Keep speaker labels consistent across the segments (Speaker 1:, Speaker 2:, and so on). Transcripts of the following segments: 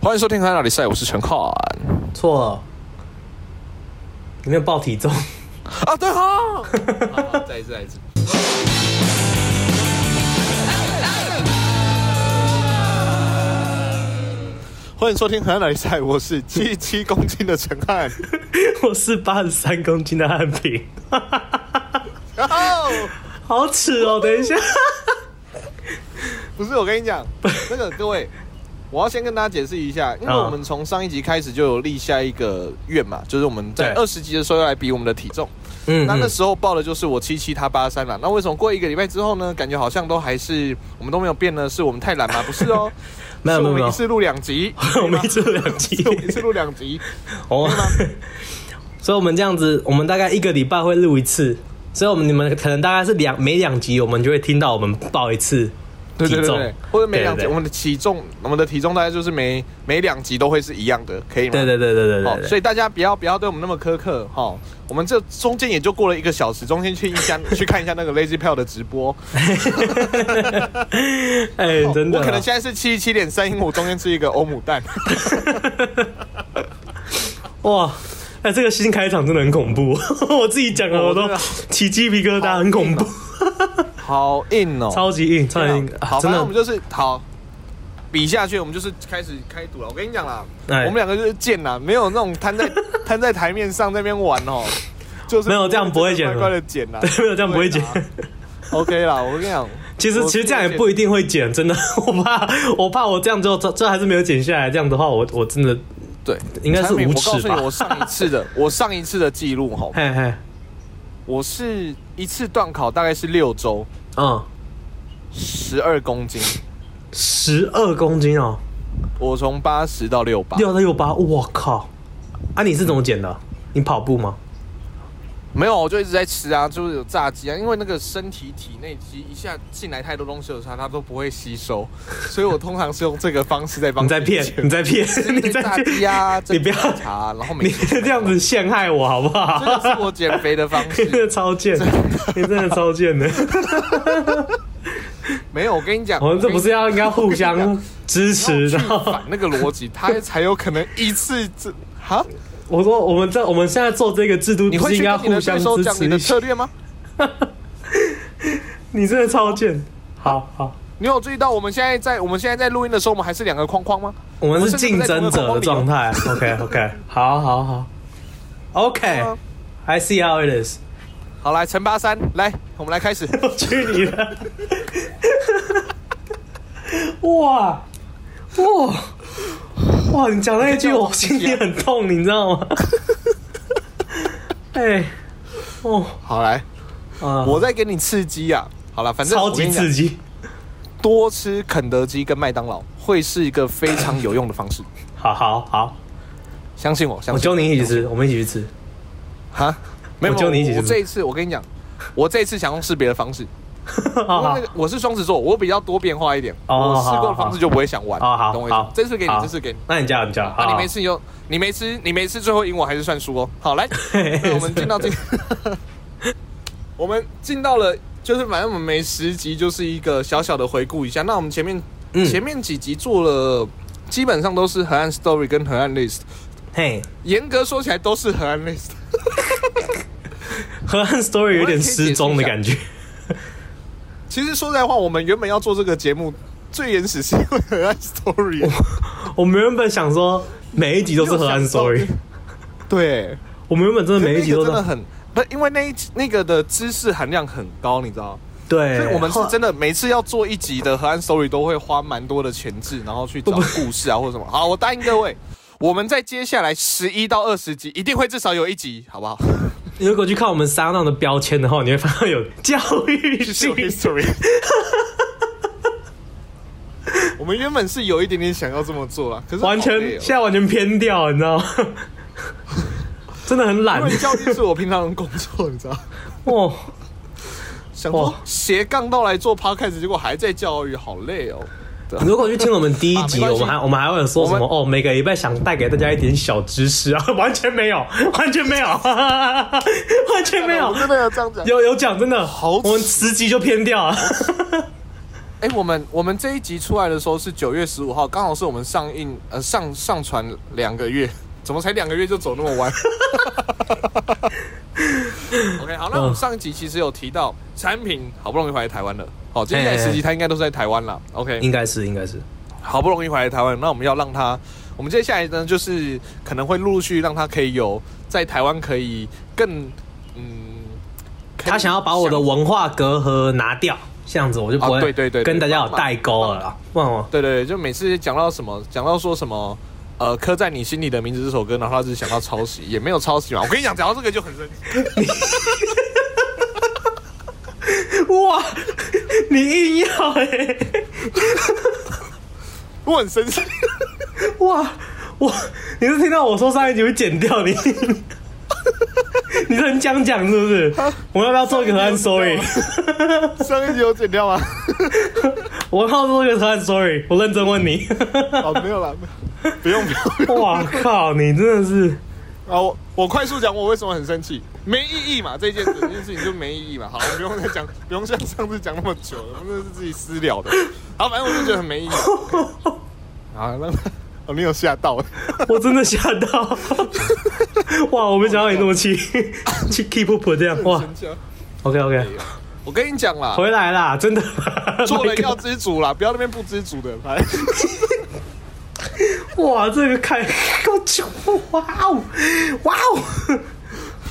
Speaker 1: 欢迎收听《海哪里赛》，我是陈汉
Speaker 2: 错了，有没有报体重？
Speaker 1: 啊，对哈，好再一次，再一次。欢迎收听《海哪里赛》，我是七七公斤的陈汉。
Speaker 2: 我是八十三公斤的汉平，
Speaker 1: 哦，
Speaker 2: 好耻哦！等一下，
Speaker 1: 不是，我跟你 讲，那个各位，我要先跟大家解释一下，因为
Speaker 2: 嗯
Speaker 1: 我们从上一集开始就有立下一个愿嘛，就是我们在
Speaker 2: 对
Speaker 1: 二十集的时候要来比我们的体重。
Speaker 2: 嗯
Speaker 1: 那那 时候报的就是我七七他八三啦。那为什么过一个礼拜之后呢，感觉好像都还是我们都没有变呢？是我们太懒吗？不是哦，
Speaker 2: 没有
Speaker 1: 是
Speaker 2: 没有
Speaker 1: 我
Speaker 2: 没
Speaker 1: 们
Speaker 2: 有
Speaker 1: 一次录两集，
Speaker 2: 我们一次录两 集
Speaker 1: 是我们 一次录两 集，
Speaker 2: 哦，
Speaker 1: 啊
Speaker 2: 所以我们这样子，我们大概一个礼拜会录一次，所以我们你们可能大概是两每两集，我们就会听到我们报一次体
Speaker 1: 对对对
Speaker 2: 重
Speaker 1: 对，，或者每两集
Speaker 2: 对
Speaker 1: 我们的体重，我们的体重大概就是每每两集都会是一样的，可以吗？
Speaker 2: 对对对对对
Speaker 1: 好、
Speaker 2: 对对
Speaker 1: 所以大家不要不要对我们那么苛刻哈、齁我们这中间也就过了一个小时，中间去一下 去看一下那个 Lazy p a l 的直播，
Speaker 2: 对，哎，真的
Speaker 1: 我
Speaker 2: 啊，
Speaker 1: 可能现在是七十七点三因为我中间吃一个欧姆 蛋，
Speaker 2: 哇。哎，这个新开场真的很恐怖， 我自己讲了我
Speaker 1: 我
Speaker 2: 都
Speaker 1: 哦真的啊
Speaker 2: 起鸡皮疙瘩，很恐怖，
Speaker 1: 好硬哦，
Speaker 2: 超级硬，超级硬，啊
Speaker 1: 好，
Speaker 2: 真
Speaker 1: 反正
Speaker 2: 的
Speaker 1: 我们就是好。比下去，我们就是开始开赌了。我跟你讲啦，
Speaker 2: 哎
Speaker 1: 我们两个就是贱啦，没有那种 摊在摊在台面上那边玩哦，就是
Speaker 2: 没有这样不会剪
Speaker 1: 乖乖的剪啦，
Speaker 2: 没有这样不会剪。
Speaker 1: 对啦啊 OK 啦，我跟你讲，
Speaker 2: 其实
Speaker 1: 我
Speaker 2: 其实
Speaker 1: 是
Speaker 2: 这样也
Speaker 1: 有
Speaker 2: 不一定会剪，真的， 我怕我怕我这样之后，这这还是没有剪下来，这样的话我我真的，
Speaker 1: 对，
Speaker 2: 应该是
Speaker 1: 产品
Speaker 2: 无
Speaker 1: 我告
Speaker 2: 耻
Speaker 1: 诉
Speaker 2: 吧
Speaker 1: 你，我上一次 的我上一次的记录哈，
Speaker 2: 嘿嘿，
Speaker 1: 我是一次断考大概是六周，
Speaker 2: 嗯，
Speaker 1: 十二公斤，
Speaker 2: 十二公斤哦，
Speaker 1: 我从八十到六八，
Speaker 2: 六到六八，我靠！啊，你是怎么减的？你跑步吗？
Speaker 1: 没有，我就一直在吃啊，就是有炸鸡啊，因为那个身体体内其实一下进来太多东西的时候，它都不会吸收，所以我通常是用这个方式在 帮
Speaker 2: 你在骗
Speaker 1: 自己，
Speaker 2: 你在 骗，你
Speaker 1: 吃
Speaker 2: 在
Speaker 1: 炸鸡
Speaker 2: 骗，
Speaker 1: 啊，
Speaker 2: 你不要
Speaker 1: 珍珠奶茶，然后每
Speaker 2: 你
Speaker 1: 天
Speaker 2: 这样子陷害我好不
Speaker 1: 这
Speaker 2: 好？
Speaker 1: 个是我减肥的方
Speaker 2: 真 的
Speaker 1: 式，
Speaker 2: 超贱， 你真的超贱的。
Speaker 1: 没有，我跟你讲，
Speaker 2: 我们这不是要应该互
Speaker 1: 我跟你
Speaker 2: 相支持，
Speaker 1: 去
Speaker 2: 然后
Speaker 1: 反那个逻辑，他才有可能一次这 哈，
Speaker 2: 我说我们这我们现在做这个制度，
Speaker 1: 你
Speaker 2: 不
Speaker 1: 会
Speaker 2: 是
Speaker 1: 去
Speaker 2: 应该
Speaker 1: 跟
Speaker 2: 互
Speaker 1: 你的
Speaker 2: 相
Speaker 1: 对手
Speaker 2: 支
Speaker 1: 讲
Speaker 2: 持
Speaker 1: 你的
Speaker 2: 一下
Speaker 1: 策？略吗？
Speaker 2: 你真的超贱，好好。
Speaker 1: 你有注意到我们现在在我们现在在录音的时候，我们还是两个框框吗？
Speaker 2: 我们是竞争者的状
Speaker 1: 态。啊
Speaker 2: 态。OK OK，好好好，OK，I、see how it is 。
Speaker 1: 好，来陈八三，来，我们来开始。
Speaker 2: 我去你 的！哇哇哇！你讲那一 句，我心里很痛，你知道吗？哎、哦
Speaker 1: 好，来，
Speaker 2: 啊，
Speaker 1: 我再给你刺激啊。好了，反正
Speaker 2: 超级刺
Speaker 1: 激，
Speaker 2: 激。
Speaker 1: 多吃肯德基跟麦当劳会是一个非常有用的 方式，
Speaker 2: 好好好，
Speaker 1: 相信我，相信
Speaker 2: 我
Speaker 1: 我
Speaker 2: 揪你一起吃，我们一起去吃。
Speaker 1: 哈，没有，
Speaker 2: 我揪你一起
Speaker 1: 我
Speaker 2: 是
Speaker 1: 我
Speaker 2: 不是
Speaker 1: 这一次，我跟你讲，我这一次想用识别的 方式，
Speaker 2: 好
Speaker 1: 因为
Speaker 2: 好
Speaker 1: 那个我是双子座，我比较多变化一点，
Speaker 2: 哦
Speaker 1: 我试
Speaker 2: 好
Speaker 1: 过的
Speaker 2: 好
Speaker 1: 方式就不会想玩，
Speaker 2: 好哦好
Speaker 1: 懂我意思吗
Speaker 2: 啊好，？
Speaker 1: 这次给你，
Speaker 2: 好
Speaker 1: 这次给你。
Speaker 2: 那你叫你叫，好
Speaker 1: 啊，你
Speaker 2: 好
Speaker 1: 没吃你就你没吃，你没吃，最后赢我还是算输哦。好， 来，那我们进到这，我们进到了，就是反正我们每十集就是一个小小的回顾一下。那我们前面、
Speaker 2: 嗯
Speaker 1: 前面几集做了，基本上都是河岸 story 跟河岸 list，
Speaker 2: 嘿。
Speaker 1: 严格说起来都是河岸 list。
Speaker 2: 河岸 story 有点失踪的感觉。
Speaker 1: 其实说实在话，我们原本要做这个节目，最原始是因为河岸
Speaker 2: 哦
Speaker 1: story，
Speaker 2: 我们原本想说每一集都是河岸 story，
Speaker 1: 对，
Speaker 2: 我们原本真的每一集都
Speaker 1: 那个真的
Speaker 2: 是
Speaker 1: 很。不，因为那一集那个的知识含量很高，你知道吗？
Speaker 2: 对
Speaker 1: 所，以我们是
Speaker 2: 后来
Speaker 1: 真的每次要做一集的河岸 story 都会花蛮多的前置，然后去找故事啊或者什么。好，我答应各位，我们在接下来十一到二十集一定会至少有一集，好不 好？
Speaker 2: 如果去看我们沙浪的标签的话，你会发现有教育性。
Speaker 1: history。我们原本是有一点点想要这么做啦，可是
Speaker 2: 完全
Speaker 1: 好累哦
Speaker 2: 现在完全偏掉，你知道吗？ 真的很懒
Speaker 1: 因为教育是我平常的工作，你知道吗。
Speaker 2: 哦，
Speaker 1: 想说
Speaker 2: 哇
Speaker 1: 斜杠到来做 podcast，结果还在教育，好累哦。 对
Speaker 2: 如果去听我们第一集，
Speaker 1: 啊没关
Speaker 2: 我
Speaker 1: 系
Speaker 2: 们还我们还会有说什么
Speaker 1: 我
Speaker 2: 哦，每个礼拜想带给大家一点小知识 啊，完全没有，完全没有， 完全没有
Speaker 1: 我，真的要这样讲。
Speaker 2: 有有讲真的，
Speaker 1: 好
Speaker 2: 我们十集就偏掉了。
Speaker 1: 哎、我们我们这一集出来的时候是九月十五号，刚好是我们上映呃上上传两个月，怎么才两个月就走那么歪？OK，好，那我们上一集其实有提到产品好不容易回来台湾了，好，今
Speaker 2: 哎
Speaker 1: 天
Speaker 2: 哎哎
Speaker 1: 十集它应该都是在台湾啦。OK，
Speaker 2: 应该是应该是，
Speaker 1: 好不容易回来台湾，那我们要让他，我们接下来呢，就是可能会陆陆续续让他可以有在台湾可以更嗯，可以
Speaker 2: 他想要把我的文化隔阂拿掉，这样子我就不会、
Speaker 1: 啊对对对对
Speaker 2: 跟大家有
Speaker 1: 帮忙
Speaker 2: 代沟了啦。忘了
Speaker 1: 对对对，就每次讲到什么，讲到说什么，呃，刻在你心里的名字这首歌，然后他是想到抄袭，也没有抄袭嘛。我跟你讲，讲到这个就很生气，
Speaker 2: 哇， 你硬要哎、
Speaker 1: 我很生气。
Speaker 2: 哇我你是听到我说上一集会剪掉你？你是很讲讲是不是？我要不要做一个河岸 sorry？
Speaker 1: 上一集有剪掉 吗？
Speaker 2: 我要不要做一个河岸 sorry？我认真问你。
Speaker 1: 哦，没有啦，不用不用。 不用
Speaker 2: 哇靠，你真的是
Speaker 1: 啊，我我快速讲我为什么很生气，没意义嘛，这件事这件事情就没意义嘛。好，不用再讲，不用像上次讲那么久了，那是自己私聊的。好，反正我就觉得很 没意义。啊，那哦，你有吓到？
Speaker 2: 我真的吓到！哇，我没想到你那么气，气 keep up 这样哇。OK OK，
Speaker 1: 我跟你讲啦，
Speaker 2: 回来啦，真的。
Speaker 1: 做人
Speaker 2: My
Speaker 1: 要
Speaker 2: God
Speaker 1: 知足啦，不要那边不知足的。来，
Speaker 2: 哇，这个看，够久！哇哦，哇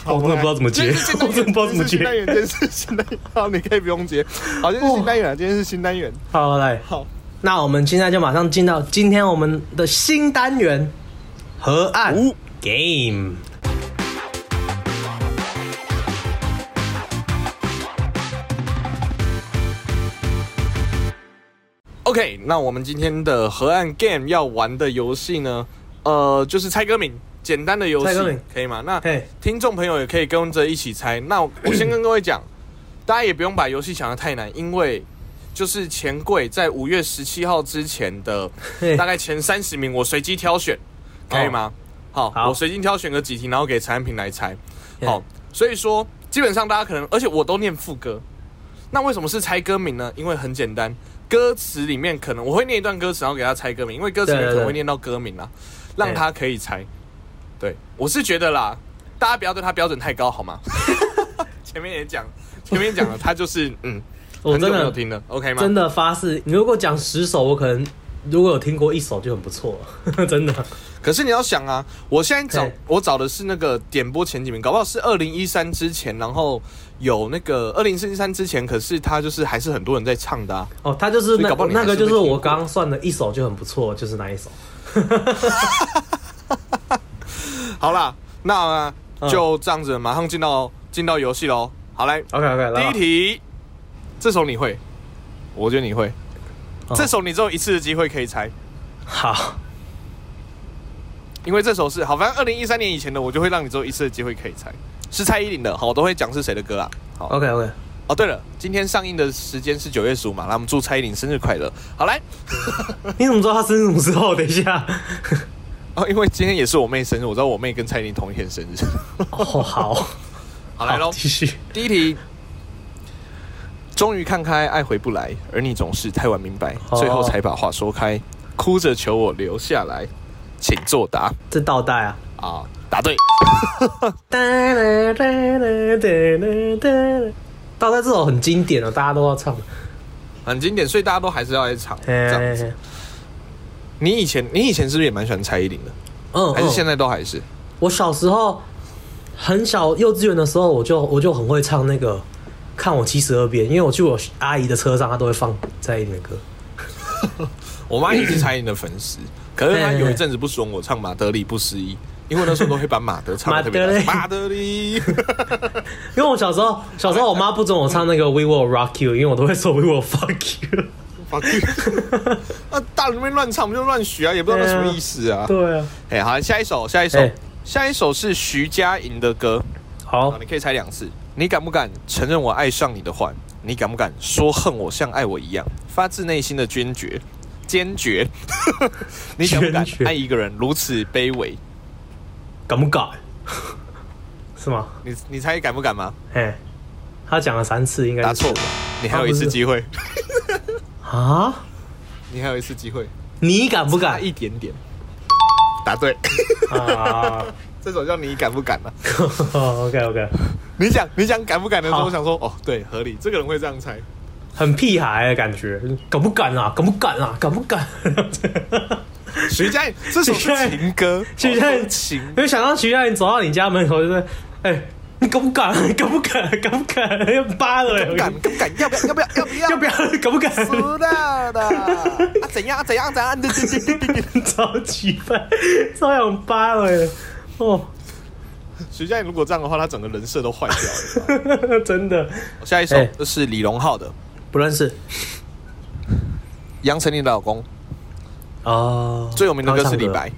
Speaker 2: 哦！我真的不知道怎么接，
Speaker 1: 今
Speaker 2: 我
Speaker 1: 天是
Speaker 2: 真的不知道怎么
Speaker 1: 新单
Speaker 2: 接。
Speaker 1: 元，今天是新单元， 好，你可以不用接。好，今天是新单元啊，今天是新单元。
Speaker 2: 好，来，
Speaker 1: 好，
Speaker 2: 那我们现在就马上进到今天我们的新单元——河岸
Speaker 1: 哦
Speaker 2: Game。
Speaker 1: OK，那我们今天的河岸 Game 要玩的游戏呢，呃，就是猜歌名，简单的游
Speaker 2: 猜
Speaker 1: 戏
Speaker 2: 歌名，
Speaker 1: 可以吗？那
Speaker 2: 嘿
Speaker 1: 听众朋友也可以跟着一起猜。那我 我先跟各位讲，大家也不用把游戏想得太难，因为就是钱柜在五月十七号之前的
Speaker 2: 嘿
Speaker 1: 大概前三十名，我随机挑选，可以吗？好，
Speaker 2: 哦好
Speaker 1: 我随机挑选个几题，然后给产品来猜。
Speaker 2: 嘿
Speaker 1: 好，所以说基本上大家可能，而且我都念副歌，那为什么是猜歌名呢？因为很简单，歌词里面可能我会念一段歌词，然后给他猜歌名，因为歌词里面
Speaker 2: 对对
Speaker 1: 可能会
Speaker 2: 对
Speaker 1: 念到歌名啊，让他可以猜。对，我是觉得啦，大家不要对他标准太高，好吗？ 前面也讲，前面讲了，他就是嗯，
Speaker 2: 我
Speaker 1: 很久
Speaker 2: 真
Speaker 1: 没有
Speaker 2: 的
Speaker 1: 听了，OK 吗？
Speaker 2: 真的发誓，你如果讲十首，我可能如果有听过一首就很不错了， 真的。
Speaker 1: 可是你要想啊，我现在找
Speaker 2: 对
Speaker 1: 我找的是那个点播前几名，搞不好是二零一三之前，然后有那个二零一三之前，可是他就是还是很多人在唱的、啊。
Speaker 2: 哦，他就是
Speaker 1: 所以
Speaker 2: 那
Speaker 1: 搞不好你
Speaker 2: 那个，
Speaker 1: 还是
Speaker 2: 就
Speaker 1: 会
Speaker 2: 是
Speaker 1: 听
Speaker 2: 我
Speaker 1: 过
Speaker 2: 刚刚算的一首就很不错，就是那一首。
Speaker 1: 好啦，那
Speaker 2: 嗯
Speaker 1: 就这样子，马上进到进到游戏喽。好来，
Speaker 2: OK OK，
Speaker 1: 第一题，这首你会，我觉得你会，
Speaker 2: 哦
Speaker 1: 这首你只有一次的机会可以猜，
Speaker 2: 好，
Speaker 1: 因为这首是好，反正二零一三年以前的，我就会让你只有一次的机会可以猜，是蔡依林的，好，我都会讲是谁的歌啊。好
Speaker 2: OK OK，
Speaker 1: 哦，对了，今天上映的时间是九月十五嘛，那我们祝蔡依林生日快乐。好来，
Speaker 2: 你怎么知道他生日什么时候？等一下，
Speaker 1: 哦，因为今天也是我妹生日，我知道我妹跟蔡依林同一天生日。
Speaker 2: 哦好，
Speaker 1: 好 来喽
Speaker 2: 好，继续。
Speaker 1: 第一题，终于看开，爱回不来，而你总是太晚明白，
Speaker 2: 哦
Speaker 1: 最后才把话说开，哭着求我留下来，请作答
Speaker 2: 这倒带啊。
Speaker 1: 啊，答对。
Speaker 2: 哒啦哒啦哒啦哒啦倒带这首很经典的，大家都要唱。
Speaker 1: 很经典，所以大家都还是要来唱这样子。
Speaker 2: 嘿
Speaker 1: 你以前，你以前是不是也蛮喜欢蔡依林的？
Speaker 2: 嗯，
Speaker 1: 还是现
Speaker 2: 在？
Speaker 1: 在都还是？
Speaker 2: 我小时候很小，幼稚园的时候，我就我就很会唱那个《看我七十二变》，因为我去我阿姨的车上，她都会放蔡依林的歌。
Speaker 1: 我妈也是蔡依林的粉 丝，可是她
Speaker 2: 嘿嘿
Speaker 1: 有一阵子不爽我唱《马德里不思议》，因为那时候都会把马德唱的特别大声。马
Speaker 2: 马
Speaker 1: 德里，
Speaker 2: 因为我小时候，小时候我妈不准我唱那个 We Will Rock You，因为我都会说 We Will Fuck You。
Speaker 1: Fuck you 那大人那边乱唱，我们就乱学啊，也不知道那什么意思啊。
Speaker 2: 对啊，
Speaker 1: 哎，好，下一首，下一首
Speaker 2: 哎，
Speaker 1: 下一首是徐佳莹的歌，好
Speaker 2: 好
Speaker 1: 你可以猜两次。你敢不敢承认我爱上你的话？你敢不敢说恨我像爱我一样？发自内心的坚决，坚决。 你敢不敢
Speaker 2: 坚决
Speaker 1: 爱一个人如此卑微？
Speaker 2: 敢不敢？是吗？
Speaker 1: 你你猜敢不敢吗？
Speaker 2: 哎，他讲了三次，应该
Speaker 1: 答啊
Speaker 2: 是
Speaker 1: 错了，你还有一次机会。
Speaker 2: 啊，
Speaker 1: 你还有一次机会，
Speaker 2: 你敢不
Speaker 1: 差
Speaker 2: 敢
Speaker 1: 一点点，答对，
Speaker 2: 啊
Speaker 1: 这种叫你敢不敢啊？
Speaker 2: ？OK OK，
Speaker 1: 你讲你讲敢不敢的时候，
Speaker 2: 好
Speaker 1: 我想说哦，对，合理，这个人会这样猜。
Speaker 2: 很屁孩的啊感觉，敢不敢啊？敢不敢啊？敢不敢？
Speaker 1: 徐佳莹这首是情歌，
Speaker 2: 徐佳莹
Speaker 1: 哦情
Speaker 2: 因为想到徐佳莹走到你家门口，就是，哎、你敢不敢？ 敢不敢？敢不敢？ 要扒了、欸，
Speaker 1: 敢敢不敢？要不要要不要要不 要？
Speaker 2: 要不 要？敢不敢？
Speaker 1: 知道的啊？怎样啊怎样啊怎样啊？对对对对对对。
Speaker 2: 超级烦，超想扒了、欸，哦，
Speaker 1: 徐佳莹如果这样的话，她整个人设都坏 掉了。
Speaker 2: 真的
Speaker 1: 下一首
Speaker 2: 哎
Speaker 1: 是李荣浩的《
Speaker 2: 不认识
Speaker 1: 杨丞琳的老公》，
Speaker 2: 哦。
Speaker 1: 最有名的歌是
Speaker 2: 刚
Speaker 1: 李
Speaker 2: 唱歌，
Speaker 1: 白。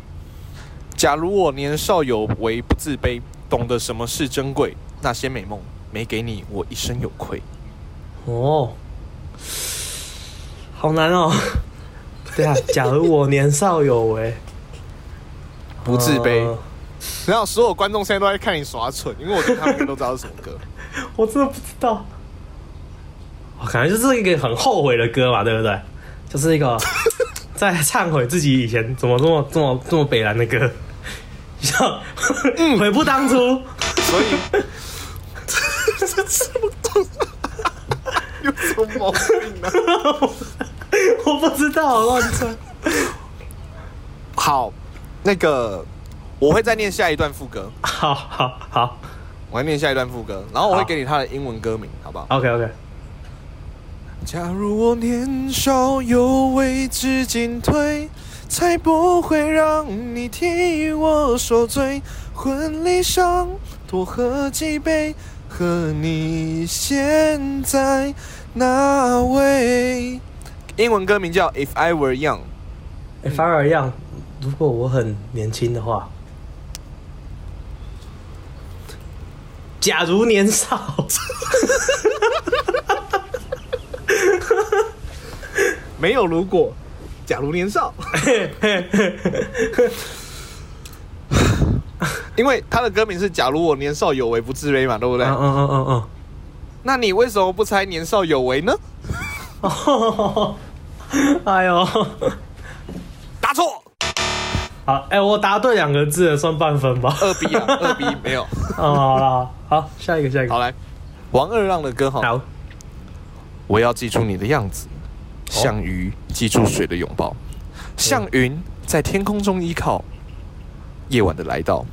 Speaker 1: 假如我年少有为不自卑，懂得什么是珍贵，那些美梦没给你，我一生有愧。
Speaker 2: 哦，好难哦。 对啊，假如我年少有为，
Speaker 1: 不自卑
Speaker 2: 呃
Speaker 1: 然后所有观众现在都在看你耍蠢，因为我觉得他们应该都知道是什么歌。
Speaker 2: 我真的不知道。我哦感觉就是一个很后悔的歌嘛，对不对？就是一 个在忏悔自己以前怎么这么这么这么北蓝的歌，像悔不当初。
Speaker 1: 所以这这什么东西？有什么毛病呢、
Speaker 2: 我不知道，我乱猜。
Speaker 1: 好，那个我会再念下一段副歌，
Speaker 2: 好好好
Speaker 1: 我会念下一段副歌，然后我会
Speaker 2: 好
Speaker 1: 给你他的英文歌名，好不好？
Speaker 2: ，OK OK，
Speaker 1: 假如我年少有为知进退，才不会让你替我受罪。婚礼上多喝几杯，和你现在那位。英文歌名叫《If I Were Young》，
Speaker 2: 欸反而一样。如果我很年轻的话，假如年 少，
Speaker 1: 没有如果，假如年少。
Speaker 2: 嗯
Speaker 1: 因为他的歌名是“假如我年少有为不自卑”嘛，对不对？
Speaker 2: 嗯嗯嗯嗯
Speaker 1: 那你为什么不猜“年少有为”呢？
Speaker 2: 嗯， 哎呦，
Speaker 1: 答错，
Speaker 2: 好，哎、我答对两个字了，算半分 吧。
Speaker 1: 二 B 啊，二 B 没有。
Speaker 2: 哦，好了，好，下一个，下一个，
Speaker 1: 好来，王二浪的歌哈，
Speaker 2: 好，
Speaker 1: 我要记住你的样子，像鱼记住水的拥抱，像云在天空中依靠，夜晚的来到，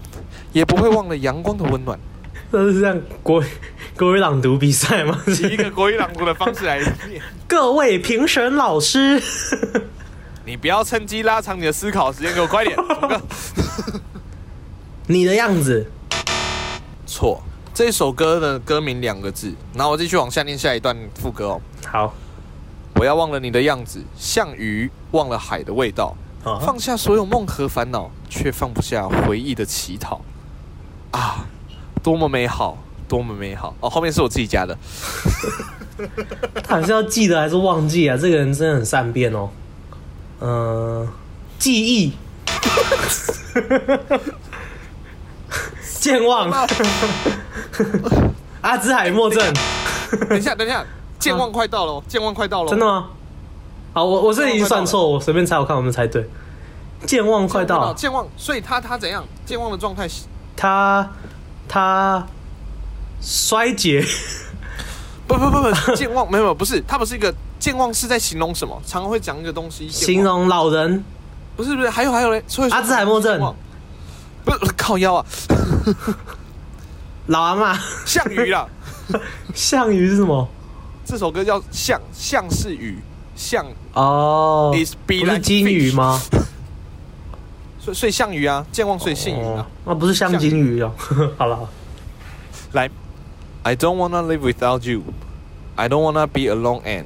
Speaker 1: 也不会忘了阳光的温暖。
Speaker 2: 这是像国语国语朗读比赛吗？
Speaker 1: 以一个国语朗读的方式来念，
Speaker 2: 各位评审老师，
Speaker 1: 你不要趁机拉长你的思考时间，给我快点。什么歌
Speaker 2: 你的样子，
Speaker 1: 错，这首歌的歌名两个字，然后我继续往下念下一段副歌哦。
Speaker 2: 好，
Speaker 1: 我要忘了你的样子，像鱼忘了海的味道，
Speaker 2: 啊
Speaker 1: 放下所有梦和烦恼，却放不下回忆的乞讨。啊，多么美好，多么美好！哦，后面是我自己 加的。
Speaker 2: 他好像要记得还是忘记啊？这个人真的很善变哦。嗯、记 忆，健忘， 阿兹海默症，
Speaker 1: 等一下，等一下，健忘快到了哦，健忘快到了哦，
Speaker 2: 啊真的吗？好，我我这已经算错，我随便猜，我看我们猜对。健忘快到，
Speaker 1: 健忘，所以他他怎样？健忘的状态是
Speaker 2: 他他衰竭，
Speaker 1: 不不不不，健忘没有没有不是，他不是一个健忘是在形容什么？常常会讲一个东西，健忘
Speaker 2: 形容老人
Speaker 1: 不是不是，还有还有嘞，所以
Speaker 2: 阿兹海默症，
Speaker 1: 不是靠腰啊，
Speaker 2: 老阿妈。
Speaker 1: 像鱼啦。
Speaker 2: 项羽是什么？
Speaker 1: 啊这首歌叫《像》，像是鱼，像
Speaker 2: 哦、
Speaker 1: It's be
Speaker 2: 不
Speaker 1: like
Speaker 2: 是金鱼吗？
Speaker 1: 所以所以像鱼啊，健忘所以姓鱼
Speaker 2: 哦
Speaker 1: 啊。，
Speaker 2: 那不是香金鱼哦。 好了，
Speaker 1: 来，I don't wanna live without you, I don't wanna be alone and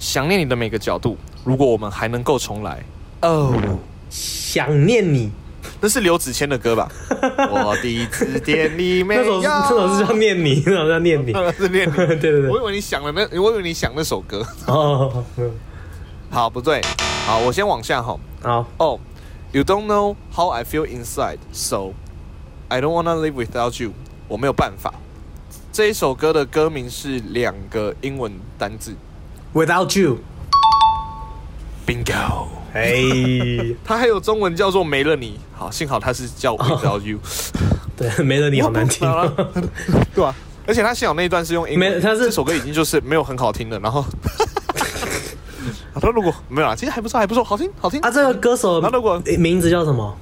Speaker 1: 想念你的每个角度。如果我们还能够重来，哦，
Speaker 2: 想念你，
Speaker 1: 那是刘子谦的歌吧？ 我的字典里没
Speaker 2: 那 首
Speaker 1: 有，
Speaker 2: 是那首是叫念你，那首叫念 你。
Speaker 1: 那首是念你。
Speaker 2: 对对对，
Speaker 1: 我以
Speaker 2: 哦
Speaker 1: 为你想了没？我以为你想那首歌。
Speaker 2: 哦，嗯
Speaker 1: 好，不对，好，我先往下吼。
Speaker 2: 好，
Speaker 1: Oh, you don't know how I feel inside, so I don't wanna live without you。我没有办法。这一首歌的歌名是两个英文单字，
Speaker 2: Without you，
Speaker 1: Bingo，
Speaker 2: 哎，
Speaker 1: 它还有中文叫做没了你。好，幸好它是叫 Without You，
Speaker 2: 对，没了你好难听。
Speaker 1: 对啊，而且他幸好那一段是用英
Speaker 2: 没
Speaker 1: 文，
Speaker 2: 它是
Speaker 1: 这首歌已经就是没有很好听了。然后，啊，他如果没有啊，其实还不错，还不错，好听，好听
Speaker 2: 啊，这个歌手
Speaker 1: 那如果
Speaker 2: 名字叫什么？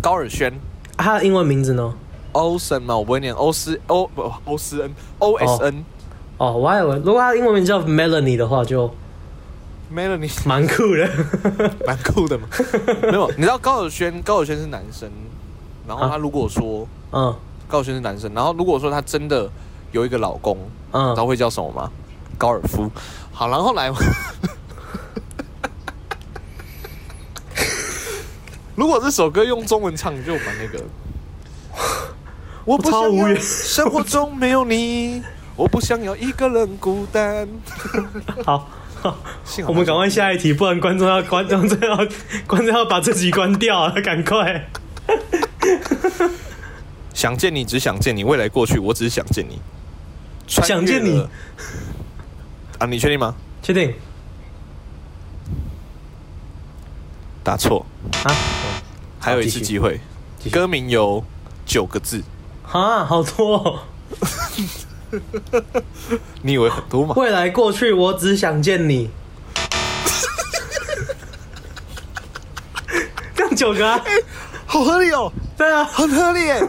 Speaker 1: 高尔宣。
Speaker 2: 啊他的英文名字呢？
Speaker 1: 欧森嘛，我不会念欧斯欧不欧斯恩 O S N
Speaker 2: 哦，我还以为如果他的英文名叫 Melanie 的话，就
Speaker 1: Melanie
Speaker 2: 蛮酷的。
Speaker 1: 蛮酷的嘛。没有，你知道高尔宣，高尔宣是男生，然
Speaker 2: 啊
Speaker 1: 后他如果说、
Speaker 2: 嗯
Speaker 1: 高尔宣是男生，然后如果说他真的有一个老公，你知道
Speaker 2: 嗯，
Speaker 1: 会叫什么吗？高尔夫。好，然后来，如果这首歌用中文唱就蛮那个。我不
Speaker 2: 超
Speaker 1: 想
Speaker 2: 无
Speaker 1: 要
Speaker 2: 言
Speaker 1: 生活中没有你，我不想要一个人孤单。
Speaker 2: 好。好
Speaker 1: 幸好
Speaker 2: 我们赶快下一题，不然观众要 观众要观众要把这集关掉了，赶快！
Speaker 1: 想见你，只想见你，未来过去，我只想见你。
Speaker 2: 想见你
Speaker 1: 穿越了啊？你确定吗？
Speaker 2: 确定
Speaker 1: 答错，
Speaker 2: 啊？
Speaker 1: 还有一次
Speaker 2: 继续
Speaker 1: 机会
Speaker 2: 继。续
Speaker 1: 歌名有九个字，
Speaker 2: 啊，好多、哦！
Speaker 1: 你以为很多吗？
Speaker 2: 未来过去，我只想见你。 干九个、啊，
Speaker 1: 好合理哦，
Speaker 2: 对啊，
Speaker 1: 很合理耶！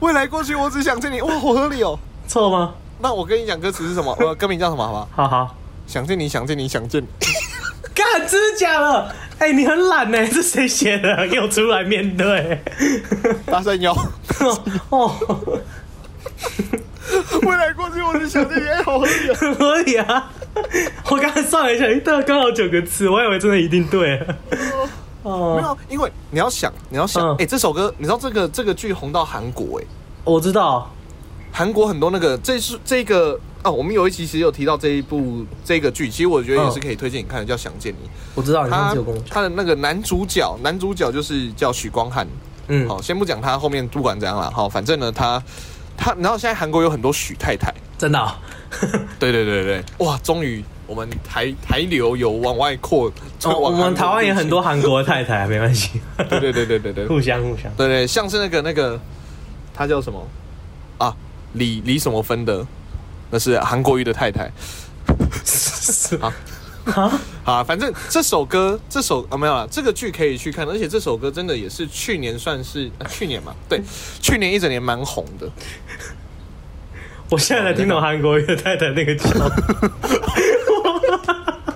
Speaker 1: 未来过去，我只想见你，哇，好合理哦。
Speaker 2: 错吗？
Speaker 1: 那我跟你讲歌词 是什么？我歌名叫什么？好不好？
Speaker 2: 好好，
Speaker 1: 想见你，想见你，想见你。
Speaker 2: 干真的假的？哎、你很懒呢、是谁写的？给我出来面对。
Speaker 1: 八三幺，
Speaker 2: 哦，
Speaker 1: 未来过去，我只想见你，哎，好合理哦。
Speaker 2: 合理啊！我刚才算了一下，哎对，刚好九个字，我以为真的一定对。
Speaker 1: 没
Speaker 2: 哦，
Speaker 1: 有，因为你要想，你要想
Speaker 2: 嗯，
Speaker 1: 哎，这首歌，你知道这个这个剧红到韩国，哎，
Speaker 2: 我知道，
Speaker 1: 韩国很多那个，这是这个啊，我们有一期其实有提到这一部这个剧，其实我觉得
Speaker 2: 嗯
Speaker 1: 也是可以推荐你看的，叫《想见你
Speaker 2: 我知道，》。你上
Speaker 1: 他
Speaker 2: 次有跟我讲。
Speaker 1: 他的那个男主角，男主角就是叫许光汉。
Speaker 2: 嗯，
Speaker 1: 好，先不讲他后面不管怎样啦，好，反正呢，他他，然后现在韩国有很多许太太。
Speaker 2: 真的啊、
Speaker 1: 对对对对，哇，终于我们台台流有往外扩，就
Speaker 2: 哦 我
Speaker 1: 往韩
Speaker 2: 们
Speaker 1: 国
Speaker 2: 台湾也很多
Speaker 1: 路
Speaker 2: 韩国的太太，没关系，
Speaker 1: 线。对对对对对对对
Speaker 2: 互相互相。
Speaker 1: 对，像是那个那个，他叫什么啊？李李什么芬的，那是韩国瑜的 太太。好
Speaker 2: 啊，
Speaker 1: 啊，反正这首歌，这首啊没有啦，这个剧可以去看，而且这首歌真的也是去年算是、啊、去年嘛，对，去年一整年蛮红的。
Speaker 2: 我现在才听懂韩国语的太太那个叫，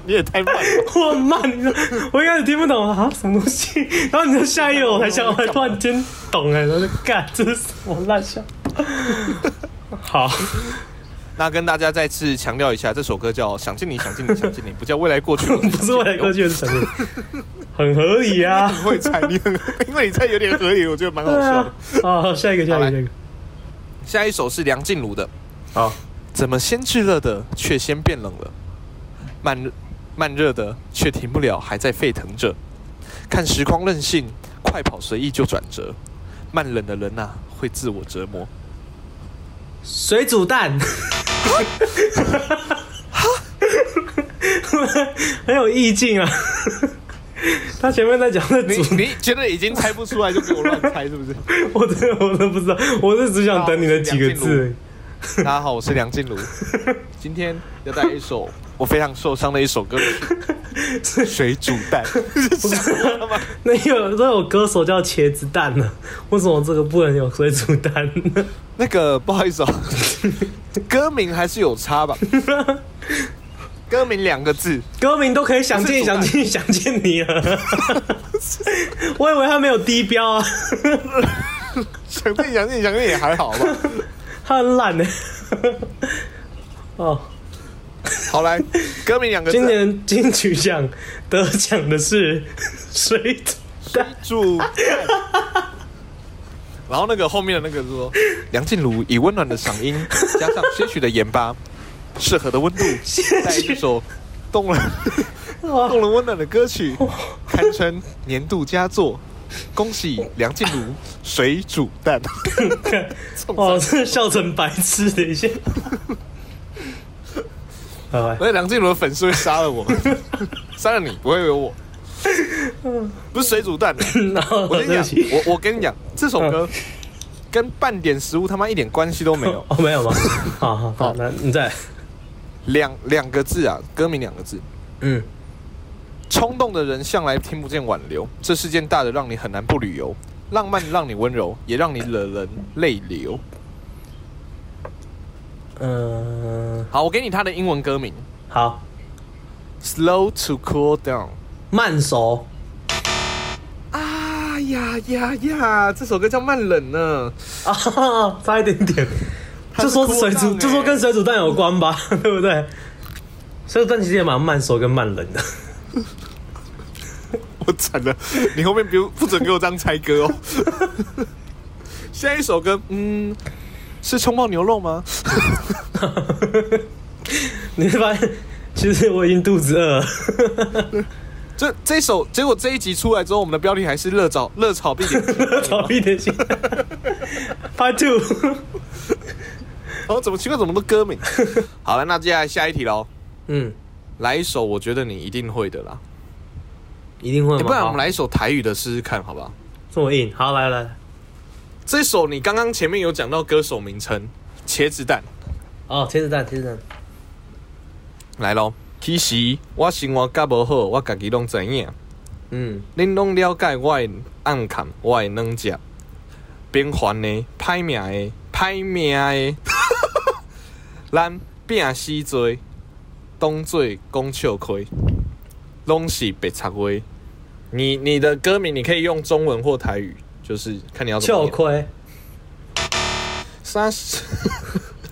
Speaker 1: 你也太慢了，
Speaker 2: 我很慢，你知道我一开始听不懂啊，什么东西，然后你的下一页我才想，我才突然间懂哎，然后就干，这是什么烂笑？好，
Speaker 1: 那跟大家再次强调一下，这首歌叫《想见你，想见你，想见你》，不叫未来过去，
Speaker 2: 不是未来过去的是什么？很合理啊，
Speaker 1: 我会猜你很，因为你猜有点合理，我觉得蛮好
Speaker 2: 对
Speaker 1: 笑
Speaker 2: 啊
Speaker 1: 的。，
Speaker 2: 好，下一个，下一
Speaker 1: 好来
Speaker 2: 个，下一个，
Speaker 1: 下一首是梁静茹的《
Speaker 2: 好，
Speaker 1: 怎么先炙热的却先变冷了，慢慢热的却停不了，还在沸腾着。看时光任性，快跑随意就转折。慢冷的人呐、会自我折磨。
Speaker 2: 水煮蛋。 很有意境啊！他前面在讲在
Speaker 1: 你
Speaker 2: 煮
Speaker 1: 你觉得已经猜不出来，就给我乱猜是不是？
Speaker 2: 我真的我都不知道，我是只想等你的几个字。
Speaker 1: 大家好，我是梁静茹，今天要带一首我非常受伤的一首歌曲 水煮蛋》
Speaker 2: 那有都有歌手叫茄子蛋呢，为什么这个不能有水煮蛋呢？
Speaker 1: 那个不好意 思哦，歌名还是有差 吧？歌名两个 字，
Speaker 2: 歌名都可以想见想见想见你了，我以为他没有低标啊，
Speaker 1: 想念想念想念也还好吧。
Speaker 2: 他很懒呢。 哦，
Speaker 1: 好来，歌名两个字，
Speaker 2: 今年金曲奖得奖的是水煮蛋，
Speaker 1: 祝。然后那个后面的那个 说，梁静茹以温暖的嗓音加上些许的盐巴，适合的温度，带一首动人动人温暖的歌曲，堪称年度佳作。恭喜梁静茹水煮 蛋。
Speaker 2: 哦哇，真的笑成白痴，等一下。拜拜。
Speaker 1: 而且梁静茹的粉丝会杀 了我，杀了你，不会有我。不是水煮蛋，啊
Speaker 2: 然后
Speaker 1: 我跟你
Speaker 2: 对不
Speaker 1: 讲
Speaker 2: 起，，嗯
Speaker 1: 我我跟你讲，这首歌跟半点食物他妈一点关系都没有
Speaker 2: 。哦，没有吗？好好好，
Speaker 1: 好
Speaker 2: 那你再来，
Speaker 1: 两两个字啊，歌名两个字，
Speaker 2: 嗯，
Speaker 1: 冲动的人向来听不见挽留，这世间大的让你很难不旅游，浪漫让你温柔，也让你惹人泪流。
Speaker 2: 嗯，
Speaker 1: 好，我给你它的英文歌名
Speaker 2: 好，
Speaker 1: ，Slow to Cool Down。
Speaker 2: 慢熟，
Speaker 1: 啊呀呀呀！这首歌叫《慢冷》呢。
Speaker 2: 啊，差一点 点，
Speaker 1: 它
Speaker 2: 就是说是水
Speaker 1: 扩
Speaker 2: 煮，
Speaker 1: 张欸
Speaker 2: 就说跟水煮蛋有关吧， 对不对？水煮蛋其实也蛮慢熟跟慢冷的，
Speaker 1: 我惨了，你后面不不准给我这样猜歌哦。 下一首歌，嗯，是冲泡牛肉吗？
Speaker 2: 你会发现，其实我已经肚子饿了，
Speaker 1: 这这首结果这一集出来之后，我们的标题还是热炒热炒必点，然
Speaker 2: 早一点 醒。Part two，
Speaker 1: 后哦怎么奇怪怎么都歌名。 好了，那接下来下一题喽，
Speaker 2: 嗯，
Speaker 1: 来一首我觉得你一定会的啦，
Speaker 2: 一定会吗？
Speaker 1: 欸不然我
Speaker 2: 好
Speaker 1: 们来一首台语的试试看，好不好？
Speaker 2: 这么硬，好来来，
Speaker 1: 这首你刚刚前面有讲到歌手名称，茄子蛋
Speaker 2: 哦，茄子蛋，茄子蛋，
Speaker 1: 来喽。其实我生活较无好，我家己拢知影。
Speaker 2: 嗯，
Speaker 1: 恁拢了解我的暗坎，我的软弱，平凡的、歹命的、歹命的， 咱拼死做，当做讲笑话，拢是白贼话。你你的歌名你可以用中文或台语，就是看你要怎么
Speaker 2: 秋
Speaker 1: 念。
Speaker 2: 葵，
Speaker 1: 三十，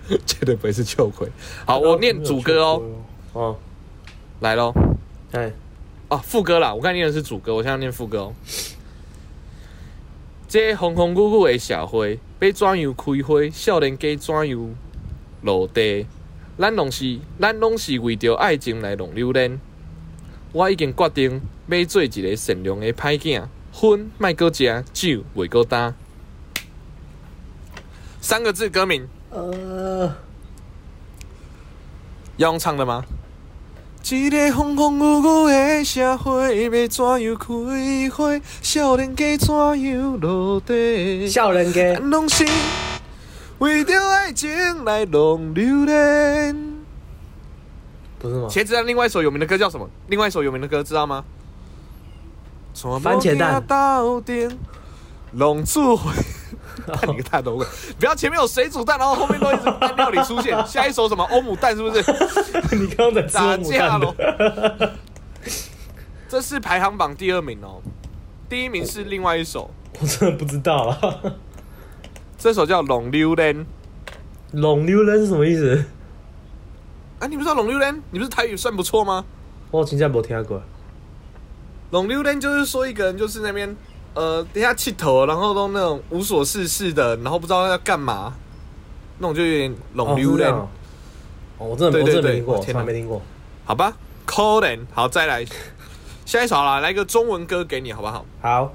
Speaker 1: 绝对不会是秋葵。好，
Speaker 2: 啊
Speaker 1: 我念主歌哦，，
Speaker 2: 哦，
Speaker 1: 来喽。
Speaker 2: 哎，
Speaker 1: 啊，副歌啦，我刚念的是主歌，我现在念副歌哦。这风风雨雨的社会，要怎样开花？少年家怎样落地？咱拢是，咱拢是为着爱情来弄流连。我已经决定要做一个善良的歹囝，薰莫搁食，酒袂搁担。三个字歌名，
Speaker 2: 呃。
Speaker 1: 要用唱的吗？一个风风雨雨的社会，要怎样开花？少年家怎样落地？
Speaker 2: 笑人给
Speaker 1: 咱拢是为着爱情来弄流连。
Speaker 2: 不是吗？
Speaker 1: 茄子蛋另外一首有名的歌叫什么？另外一首有名的歌知道吗？
Speaker 2: 番茄蛋
Speaker 1: 到顶，龙柱回。 看你个大头鬼！不要前面有水煮蛋，然后后面都一直蛋料理出现。下一首什么欧姆蛋是不是？
Speaker 2: 你刚刚在吃
Speaker 1: 打
Speaker 2: 母
Speaker 1: 架
Speaker 2: 蛋
Speaker 1: 喽
Speaker 2: 的，！
Speaker 1: 这是排行榜第二名哦，第一名是另外一首，
Speaker 2: 我真的不知道啊。
Speaker 1: 这首叫《龙溜人》
Speaker 2: 龙溜人是什么意思？
Speaker 1: 啊，你不知道《龙溜人》？你不是台语算不错吗？
Speaker 2: 我真正没听过。
Speaker 1: 《龙溜人》就是说一个人就是那边呃，等下气头，然后都那种无所事事的，然后不知道要干嘛，那种就有点龙
Speaker 2: 哦，
Speaker 1: 溜
Speaker 2: 是这
Speaker 1: 人
Speaker 2: 样，哦，哦我真的我
Speaker 1: 对对
Speaker 2: 真的没
Speaker 1: 对
Speaker 2: 听过，
Speaker 1: 我天
Speaker 2: 从
Speaker 1: 哪
Speaker 2: 来没听过。
Speaker 1: 好吧？可能好，再来下一首好啦，来个中文歌给你好不好？
Speaker 2: 好，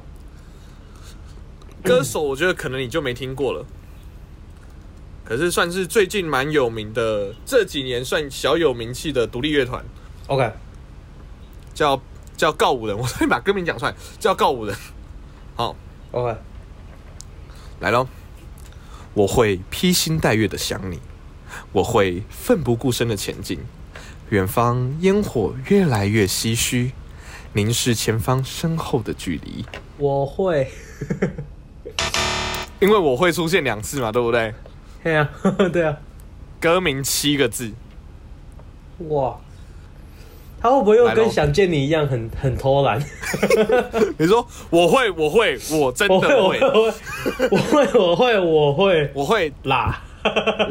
Speaker 1: 歌手，我觉得可能你就没听过了。可是算是最近蛮有名的，这几年算小有名气的独立乐团，
Speaker 2: ，OK，
Speaker 1: 叫叫告五人。我再把歌名讲出来，叫告五人。好，
Speaker 2: OK，
Speaker 1: 来喽。我会披星戴月的想你，我会奋不顾身的前进。远方烟火越来越唏嘘，凝视前方身后的距离。
Speaker 2: 我会，
Speaker 1: 因为我会出现两次嘛，对不对？
Speaker 2: 嘿啊， 对啊，
Speaker 1: 歌名七个字，
Speaker 2: 哇，他会不会又
Speaker 1: 来
Speaker 2: 跟
Speaker 1: 咯
Speaker 2: 想见你一样很很偷 懒？
Speaker 1: 你说我会，我会，我真的
Speaker 2: 我会，我
Speaker 1: 会
Speaker 2: 会，，我会，我会，我会，我会
Speaker 1: 我会，
Speaker 2: 啦。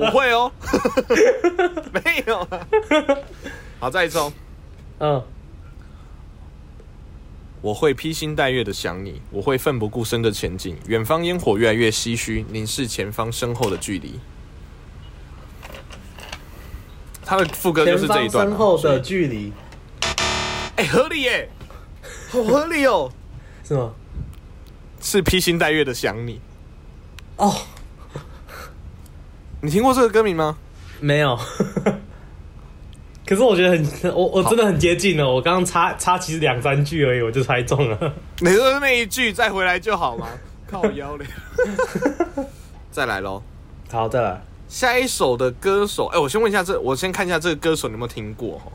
Speaker 1: 我会哦， 没有啊。好，再一次哦，
Speaker 2: 嗯，
Speaker 1: 我会披星戴月的想你，我会奋不顾身的前进。远方烟火越来越唏嘘，凝视前方身后的距离。他的副歌就
Speaker 2: 前
Speaker 1: 是这一
Speaker 2: 方
Speaker 1: 段啊、
Speaker 2: 身后的距离
Speaker 1: 哎、合理耶，好合理哦，
Speaker 2: 是吗？
Speaker 1: 是披星戴月的想你。
Speaker 2: 哦，
Speaker 1: 你听过这个歌名吗？
Speaker 2: 没有， 可是我觉得很，我我真的很接近了。我刚刚差差其实两三句而已，我就猜中 了。
Speaker 1: 你说那一句再回来就好 吗？靠腰嘞。 再来喽，
Speaker 2: 好的，
Speaker 1: 下一首的歌手，哎、我先问一下这，我先看一下这个歌手你有没有听过哈？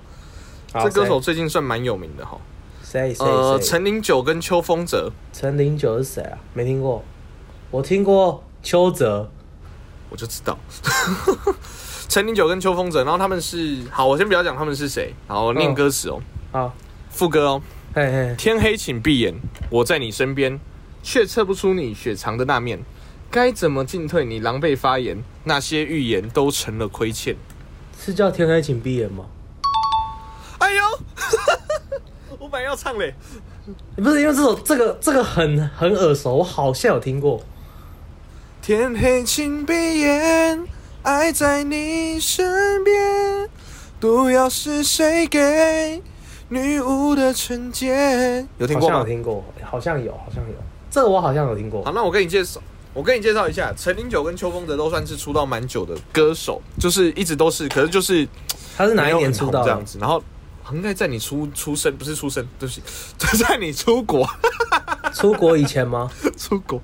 Speaker 2: 好
Speaker 1: 这歌手最近算蛮有名的哈。
Speaker 2: 谁谁
Speaker 1: 呃，
Speaker 2: 谁？
Speaker 1: 陈零九跟邱风泽，
Speaker 2: 陈零九是谁啊？没听过，我听过邱泽。
Speaker 1: 我就知道。 陈零九跟邱风泽，然后他们是好，我先不要讲他们是谁，好，我念
Speaker 2: 嗯
Speaker 1: 歌词哦，
Speaker 2: 好，
Speaker 1: 副歌哦。
Speaker 2: 嘿嘿，
Speaker 1: 天黑请闭眼，我在你身边，却测不出你雪藏的那面。该怎么进退？你狼狈发言，那些预言都成了亏欠。
Speaker 2: 是叫天黑请闭眼吗？
Speaker 1: 哎呦，我本来要唱嘞，
Speaker 2: 不是，因为这首这个这个很很耳熟，我好像有听过。
Speaker 1: 天黑请闭眼，爱在你身边。毒药是谁给女巫的惩戒？有听
Speaker 2: 好
Speaker 1: 过
Speaker 2: 像
Speaker 1: 吗
Speaker 2: 有？听过，好像有，好像有，这个我好像有听过
Speaker 1: 好，。那我跟你介绍，我跟你介绍一下，陈零九跟邱风泽都算是出道蛮久的歌手，就是一直都是，可是就是
Speaker 2: 他是哪一
Speaker 1: 没有
Speaker 2: 年
Speaker 1: 很
Speaker 2: 出
Speaker 1: 红
Speaker 2: 道
Speaker 1: 这
Speaker 2: 的
Speaker 1: 样？子？然后应该在你出出生不是出生，对不起， 在你出国
Speaker 2: 出国以前 吗？
Speaker 1: 出国，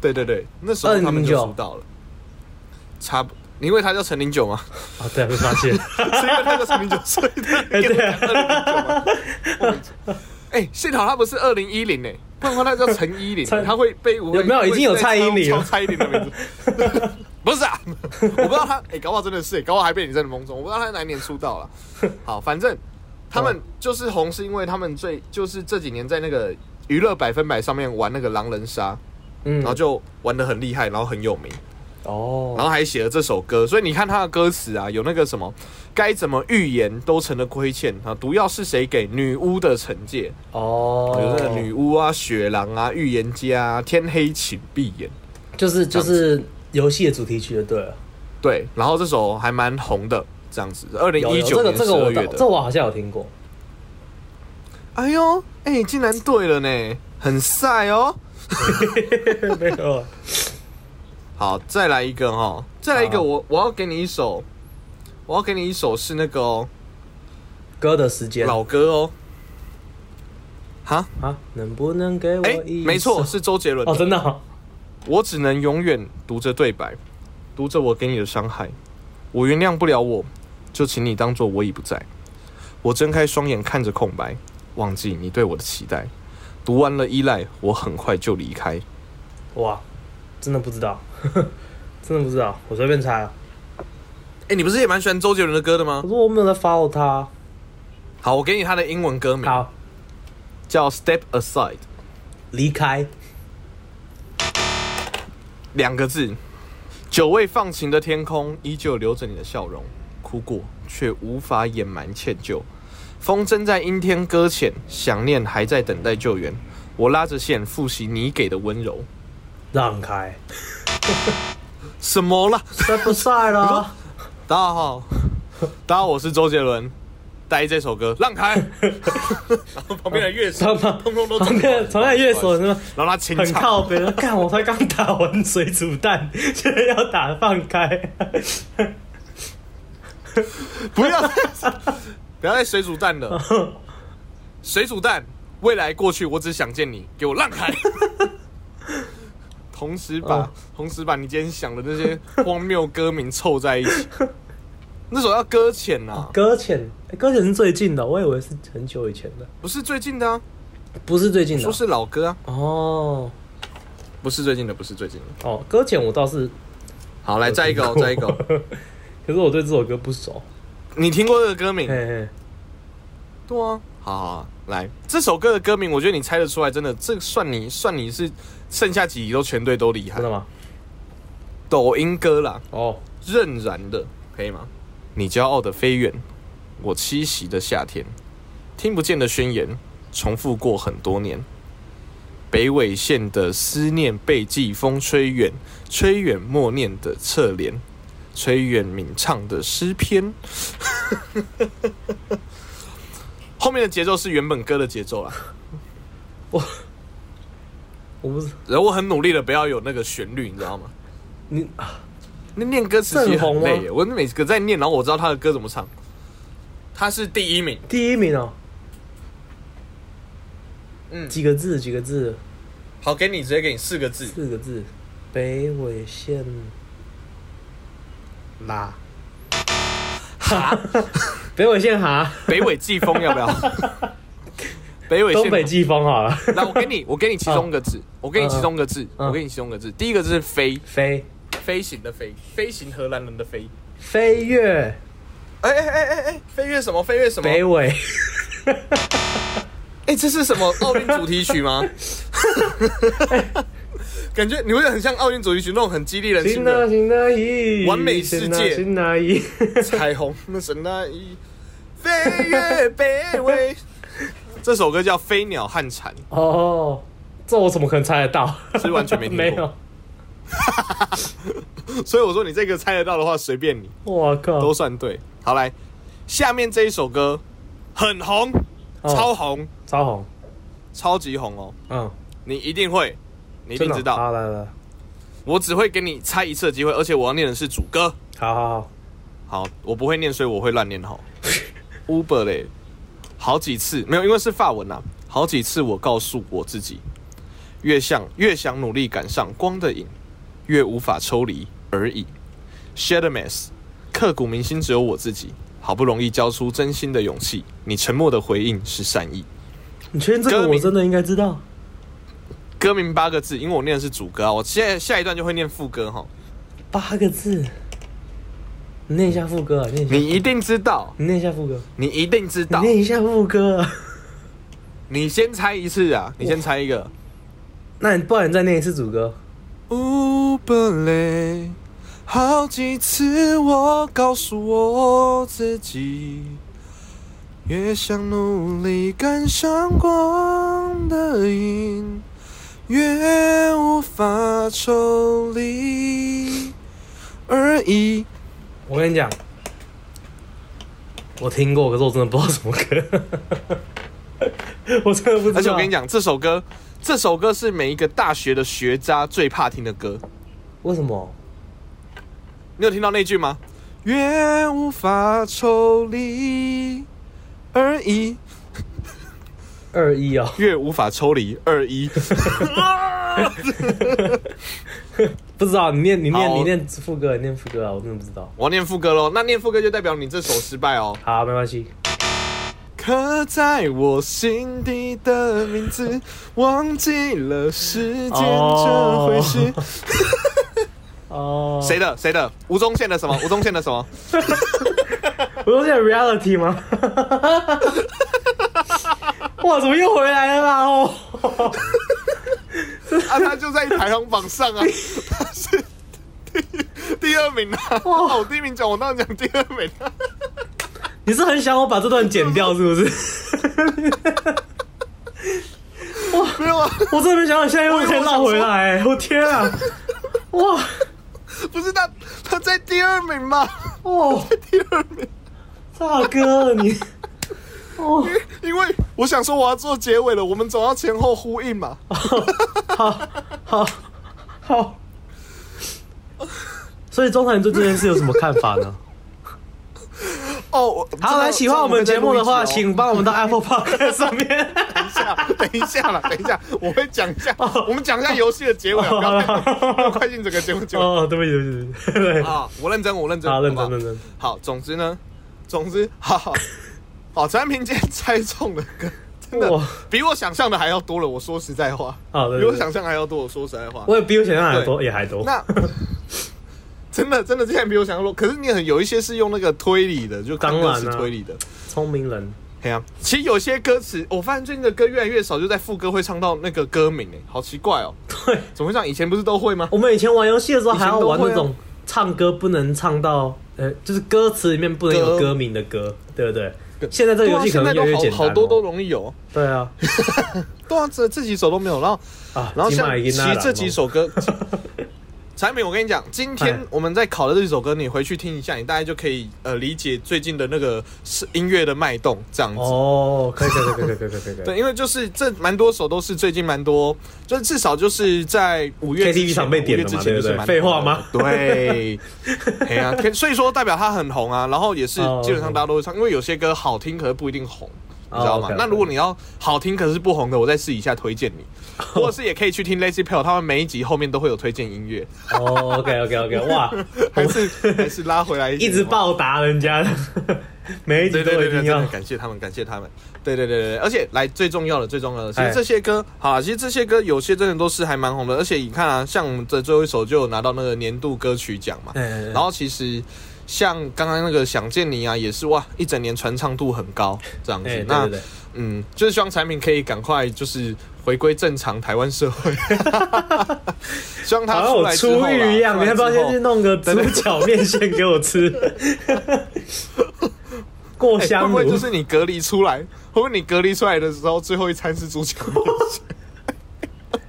Speaker 1: 对对对，那时候他们就
Speaker 2: 2009
Speaker 1: 出道了，差不。因为他叫陈零九 嘛，
Speaker 2: 啊，对，被发 现。
Speaker 1: 是因为他叫陈零 九，所以他
Speaker 2: 哎
Speaker 1: 给我
Speaker 2: 啊
Speaker 1: 讲2009嘛莫名其妙。哎，幸好他不是二零一零哎，不然的话那叫陈依林，
Speaker 2: 陈
Speaker 1: 他会被误会
Speaker 2: 有没有
Speaker 1: 会
Speaker 2: 已经有
Speaker 1: 被
Speaker 2: 蔡依林
Speaker 1: 抄
Speaker 2: 了
Speaker 1: 蔡依林的 名字，不是啊，我不知道他，哎，搞不好真的是，搞不好还被你真的蒙中，我不知道他哪一年出道了。好，反正他们就是红，是因为他们最就是这几年在那个娱乐百分百上面玩那个狼人杀，
Speaker 2: 嗯
Speaker 1: 然后就玩的很厉害，然后很有名，然
Speaker 2: 哦，
Speaker 1: 后还写了这首歌。所以你看他的歌词啊，有那个什么该怎么预言都成了亏欠啊，毒药是谁给女巫的惩戒？
Speaker 2: 哦，
Speaker 1: 有那个女巫啊、雪狼啊、预言家、啊、天黑请闭眼。
Speaker 2: 就是就
Speaker 1: 这样子
Speaker 2: 是游戏的主题曲就对了。
Speaker 1: 对，然后这首还蛮红的，这样子，二零
Speaker 2: 有
Speaker 1: 一
Speaker 2: 有
Speaker 1: 九
Speaker 2: 这个
Speaker 1: 年
Speaker 2: 这
Speaker 1: 十
Speaker 2: 个
Speaker 1: 二
Speaker 2: 我
Speaker 1: 月
Speaker 2: 懂这
Speaker 1: 的。
Speaker 2: 我好像有听 过。
Speaker 1: 哎呦，哎、竟然对了呢，很晒哦。
Speaker 2: 没有，
Speaker 1: 好，再来一个哈，再来一个
Speaker 2: 好
Speaker 1: 我，我要给你一首，我要给你一首是那个哦、
Speaker 2: 歌的时间
Speaker 1: 老歌哦。哈，
Speaker 2: 啊，能不能给我
Speaker 1: 哎、
Speaker 2: 一首？
Speaker 1: 没错，是周杰伦的。
Speaker 2: 哦，真的哦
Speaker 1: 我只能永远读着对白，读着我给你的伤害。我原谅不了我，就请你当做我已不在。我睁开双眼看着空白，忘记你对我的期待。读完了依赖，我很快就离开。
Speaker 2: 哇，真的不知道， 真的不知道，我随便猜啊。
Speaker 1: 哎、你不是也蛮喜欢周杰伦的歌的吗
Speaker 2: 可？是我没有在 follow 他。
Speaker 1: 好，我给你他的英文歌名，
Speaker 2: 好，
Speaker 1: 叫《Step Aside》，
Speaker 2: 离开。
Speaker 1: 两个字。久未放晴的天空依旧留着你的笑容，哭过却无法掩瞒歉疚。风筝在阴天搁浅，想念还在等待救援。我拉着线复习你给的温柔。
Speaker 2: 让 开，
Speaker 1: 什么啦？
Speaker 2: 这不晒了。
Speaker 1: 大家好，大家好，我是周杰伦。带这首歌《让开》，然后旁边的乐
Speaker 2: 他
Speaker 1: 手
Speaker 2: 妈
Speaker 1: 通通都
Speaker 2: 旁边旁边乐手，是吗？
Speaker 1: 然后他清
Speaker 2: 很
Speaker 1: 唱，
Speaker 2: 靠北的，看我才刚打完水煮蛋， 现在要打放开。
Speaker 1: 不要 再不要再水煮蛋了，水煮蛋，未来过去，我只想见你，给我让开。 同时把、
Speaker 2: 嗯
Speaker 1: 同时把你今天想的那些荒谬歌名凑在一起， 那首要搁浅啊呐、
Speaker 2: 搁浅，欸搁浅是最近的，我以为是很久以前的，
Speaker 1: 不是最近的啊，
Speaker 2: 不是最近的
Speaker 1: 说。是老歌啊，
Speaker 2: 哦
Speaker 1: 不是最近的，不是最近的。
Speaker 2: 哦，搁浅我倒是，
Speaker 1: 好，来再一个、哦，再一个哦、
Speaker 2: 可是我对这首歌不熟。
Speaker 1: 你听过这个歌名？
Speaker 2: 嘿嘿，
Speaker 1: 对啊，好好好来，这首歌的歌名，我觉得你猜得出来，真的，这算你算你是剩下几题都全对都厉害
Speaker 2: 真。的吗？
Speaker 1: 抖音歌啦，
Speaker 2: 哦，
Speaker 1: 任然的，可以吗？你骄傲的飞远，我栖息的夏天，听不见的宣言，重复过很多年。北纬线的思念被季风吹远，吹远默念的侧脸，吹远鸣唱的诗篇。 后面的节奏是原本歌的节奏啊啦，
Speaker 2: 我不是
Speaker 1: 然后我很努力的不要有那个旋律，你知道吗？
Speaker 2: 你，啊
Speaker 1: 那念歌词其
Speaker 2: 郑
Speaker 1: 实很
Speaker 2: 红吗
Speaker 1: 累耶，我每个在念，然后我知道他的歌怎么唱。他是第一名，
Speaker 2: 第一名哦，
Speaker 1: 嗯，
Speaker 2: 几个字？几个字？
Speaker 1: 好，给你直接给你四个字，
Speaker 2: 四个字。北纬线啦，
Speaker 1: 哈，
Speaker 2: 北纬线哈，
Speaker 1: 北纬季风要不要？ 北啊纬
Speaker 2: 东北
Speaker 1: 线。
Speaker 2: 季风好了。
Speaker 1: 来，我给你，我给你其中一个字，我给你其中一个字，
Speaker 2: 嗯
Speaker 1: 我给你其中一个字。第一个字是飞，
Speaker 2: 飞
Speaker 1: 飞行的飞，飞行荷兰人的飞。
Speaker 2: 飞跃
Speaker 1: 哎哎哎哎哎，飞跃什么？飞跃什么？
Speaker 2: 北纬，
Speaker 1: 哎、这是什 么奥运主题曲 吗？感觉你会很像奥运主题曲那种很激励人心
Speaker 2: 行啊
Speaker 1: 的
Speaker 2: 行啊咦，
Speaker 1: 完美世界
Speaker 2: 行啊 咦，
Speaker 1: 彩虹，那神那一飞越北纬。这首歌叫《飞鸟和蝉》，
Speaker 2: 哦，这我怎么可能猜得到？
Speaker 1: 是完全没听过
Speaker 2: 没有，
Speaker 1: 所以我说你这个猜得到的话，随便你
Speaker 2: 我
Speaker 1: 都
Speaker 2: 靠，
Speaker 1: 算对。好，来，下面这一首歌很红，
Speaker 2: 哦
Speaker 1: 超红，
Speaker 2: 超红，
Speaker 1: 超级红哦，
Speaker 2: 嗯，
Speaker 1: 你一定会，你一
Speaker 2: 真
Speaker 1: 定
Speaker 2: 的
Speaker 1: 知道。
Speaker 2: 好来来来，
Speaker 1: 我只会给你猜一次的机会，而且我要念的是主歌。
Speaker 2: 好好好，
Speaker 1: 好，我不会念，所以我会乱念哈。Uber 嘞，好几次没有，因为是法文啊，好几次我告诉我自己，越想越想努力赶上光的影，越无法抽离而已。Share the mess，刻骨铭心只有我自己，好不容易交出真心的勇气，你沉默的回应是善意。
Speaker 2: 你确定这
Speaker 1: 歌
Speaker 2: 个我
Speaker 1: 名
Speaker 2: 真的应该知道？
Speaker 1: 歌名八个字，因为我念的是主歌啊，我现在下一段就会念副歌哈，
Speaker 2: 八个字，你念一下副歌啊，念一下，
Speaker 1: 你一定知道，
Speaker 2: 你念一下副歌，
Speaker 1: 你一定知
Speaker 2: 你
Speaker 1: 道，
Speaker 2: 念一下副歌啊，
Speaker 1: 你先猜一次啊，你先猜一个。
Speaker 2: 那你不然你再念一次主歌，
Speaker 1: 不本累，好几次我告诉我自己，越想努力赶上光的影，越无法抽离而已。
Speaker 2: 我跟你讲，我听过，可是我真的不知道什么歌， 我真的不知道。
Speaker 1: 而且我跟你，讲，这首歌，这首歌是每一个大学的学渣最怕听的歌。
Speaker 2: 为什么？
Speaker 1: 你有听到那句吗？越无法抽离而已。
Speaker 2: 二一哦，
Speaker 1: 越无法抽离二一。
Speaker 2: 不知道你念你念
Speaker 1: 好
Speaker 2: 你念副歌，你念副歌啊，我真的不知道。
Speaker 1: 我要念副歌喽，那念副歌就代表你这首失败哦。
Speaker 2: 好，没关系。
Speaker 1: 刻在我心底的名字，忘记了时间这回事。
Speaker 2: 哦，
Speaker 1: 谁？的？谁的？吴宗宪的什么？吴宗宪的什么？
Speaker 2: 我说现在 reality 吗？ 哇，怎么又回来了啦？哦，
Speaker 1: 啊，他就在排行榜上啊，他是第第二名啊。哇，我第一名讲，我当然讲第二名啊。
Speaker 2: 你是很想我把这段剪掉是不是？
Speaker 1: 没有啊，
Speaker 2: 我真的没想到现在又可以绕回来、我天啊！哇
Speaker 1: 不是他，他在第二名嘛，
Speaker 2: 哦，
Speaker 1: 第二名。
Speaker 2: 大哥你，哦，
Speaker 1: 因为我想说我要做结尾了，我们总要前后呼应嘛。
Speaker 2: 好，好。所以中台你对这件事有什么看法呢？
Speaker 1: 哦，我
Speaker 2: 好，来喜欢我们节目的话，请帮我们到 Apple Park 上面。
Speaker 1: 等一下，哦 等一下啦，等一下，我会讲一下，我们讲一下游戏的结尾啊，
Speaker 2: 哦
Speaker 1: 不要太
Speaker 2: 好了
Speaker 1: 不要快进整个节目结尾
Speaker 2: 哦，对不起，对不起，对不 起对。
Speaker 1: 啊！我认真，我认真，
Speaker 2: 好，认
Speaker 1: 不
Speaker 2: 真认真。
Speaker 1: 好，总之呢，总之， 好好，好，陈安平今天猜中了 歌，真的
Speaker 2: 哇
Speaker 1: 比我想象的还要多了。我说实在话，
Speaker 2: 好的，
Speaker 1: 比
Speaker 2: 哦对
Speaker 1: 我
Speaker 2: 对
Speaker 1: 想象还要多。我说实在话，
Speaker 2: 我也比我想象还多，也还多。
Speaker 1: 那 真的真的之前比我想象多，可是你很有一些是用那个推理的，就
Speaker 2: 当然
Speaker 1: 歌
Speaker 2: 啊
Speaker 1: 词推理的。
Speaker 2: 聪明人，
Speaker 1: 哎呀、其实有些歌词，我发现最近的歌越来越少，就在副歌会唱到那个歌名，哎，好奇怪哦，
Speaker 2: 对
Speaker 1: 怎么会这样？以前不是都会吗？
Speaker 2: 我们以前玩游戏的时候还要玩那
Speaker 1: 以前都会啊
Speaker 2: 种唱歌不能唱到，呃，就是歌词里面不能有
Speaker 1: 歌
Speaker 2: 歌名的歌，对不对？
Speaker 1: 对
Speaker 2: 现在这个游戏可能越来
Speaker 1: 对
Speaker 2: 越
Speaker 1: 啊
Speaker 2: 简单哦
Speaker 1: 现在都好
Speaker 2: 了
Speaker 1: 好多都容易有。哦
Speaker 2: 对啊
Speaker 1: 对啊，这这几首都没有，然后
Speaker 2: 啊，
Speaker 1: 然后
Speaker 2: 起
Speaker 1: 像
Speaker 2: 码已
Speaker 1: 其
Speaker 2: 经拿
Speaker 1: 实
Speaker 2: 了
Speaker 1: 这几首歌，产品，我跟你讲，今天
Speaker 2: 哎
Speaker 1: 我们在考的这首歌，你回去听一下，你大概就可以呃理解最近的那个是音乐的脉动这样子。
Speaker 2: 哦，可以可以可以可以可以可以可以。
Speaker 1: 对，因为就是这蛮多首都是最近蛮多，就是至少就是在五月
Speaker 2: KTV
Speaker 1: 之前
Speaker 2: 常被点的
Speaker 1: 五月
Speaker 2: 嘛
Speaker 1: 之前
Speaker 2: 对
Speaker 1: 就是
Speaker 2: 不对
Speaker 1: 蛮
Speaker 2: 废话吗
Speaker 1: 多的对， 哎呀、可所以说代表它很红啊，然后也是
Speaker 2: 哦
Speaker 1: 基本上大家都会唱，因为有些歌好听可是不一定红。你
Speaker 2: 哦
Speaker 1: 知道吗
Speaker 2: OK，OK
Speaker 1: 那如果你要好听可是不红的，我再试一下推 荐你，或者是也可以去听 Lazy p a l 他们每一集后面都会有推荐音乐，
Speaker 2: 哦，OK OK OK，哇，
Speaker 1: 还是还是拉回来一
Speaker 2: 一直报
Speaker 1: 报。
Speaker 2: 答人家的， 每一集
Speaker 1: 对
Speaker 2: 都
Speaker 1: 对对
Speaker 2: 一
Speaker 1: 对，
Speaker 2: 定
Speaker 1: 真
Speaker 2: 要
Speaker 1: 的。感谢他们，感谢他们。对对对对，对而且来最重要的，最重要的，其
Speaker 2: 哎
Speaker 1: 实这些歌，好啦，啊其实这些歌有些真的都是还蛮红的，而且你看啊，像我们的最后一首就有拿到那个年度歌曲奖嘛，
Speaker 2: 嗯，
Speaker 1: 然后其实。像刚刚那个《想见你》啊，也是哇，一整年传唱度很高这样子。
Speaker 2: 哎，对
Speaker 1: 那
Speaker 2: 对对，
Speaker 1: 嗯，就是希望产品可以赶快就是回归正常台湾社会。 希望
Speaker 2: 好
Speaker 1: 他
Speaker 2: 像
Speaker 1: 出
Speaker 2: 我
Speaker 1: 来之后
Speaker 2: 出
Speaker 1: 啦，
Speaker 2: 狱一样，
Speaker 1: 出
Speaker 2: 你要
Speaker 1: 来
Speaker 2: 不要
Speaker 1: 之
Speaker 2: 先
Speaker 1: 后
Speaker 2: 去弄个猪脚面线给我吃？ 过
Speaker 1: 哎
Speaker 2: 香
Speaker 1: 会不会
Speaker 2: 炉
Speaker 1: 就是你隔离出来？会不会你隔离出来的时候，最后一餐是猪脚面线？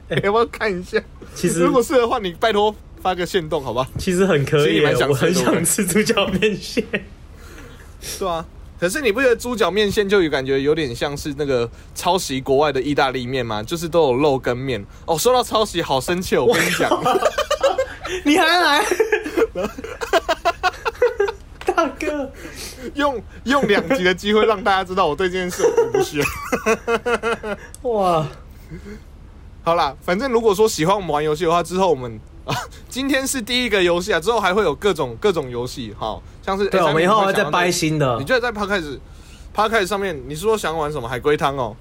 Speaker 1: 哎要不要看一下？
Speaker 2: 其实
Speaker 1: 如果是的话，你拜托发个线动，好吧？
Speaker 2: 其实很可
Speaker 1: 其实
Speaker 2: 以
Speaker 1: 也蛮
Speaker 2: 耶，
Speaker 1: 想
Speaker 2: 我很
Speaker 1: 吃的
Speaker 2: 想吃猪
Speaker 1: 对不
Speaker 2: 脚面线。
Speaker 1: 对啊。可是你不觉得猪脚面线就有感觉有点像是那个抄袭国外的意大利面吗？就是都有肉跟面。哦，说到抄袭，好生气哦！我跟你讲，
Speaker 2: 你还来？ 大哥，
Speaker 1: 用用两集的机会让大家知道我对这件事我不屑。
Speaker 2: 哇，
Speaker 1: 好啦，反正如果说喜欢我们玩游戏的话，之后我们 啊，今天是第一个游戏啊，之后还会有各种各种游戏，好像是哎
Speaker 2: 对，啊
Speaker 1: 诶
Speaker 2: 我们以后还再掰。啊
Speaker 1: 三
Speaker 2: 新的
Speaker 1: 你，觉得在 Podcast Podcast 上面，你是说想玩什么海龟汤哦？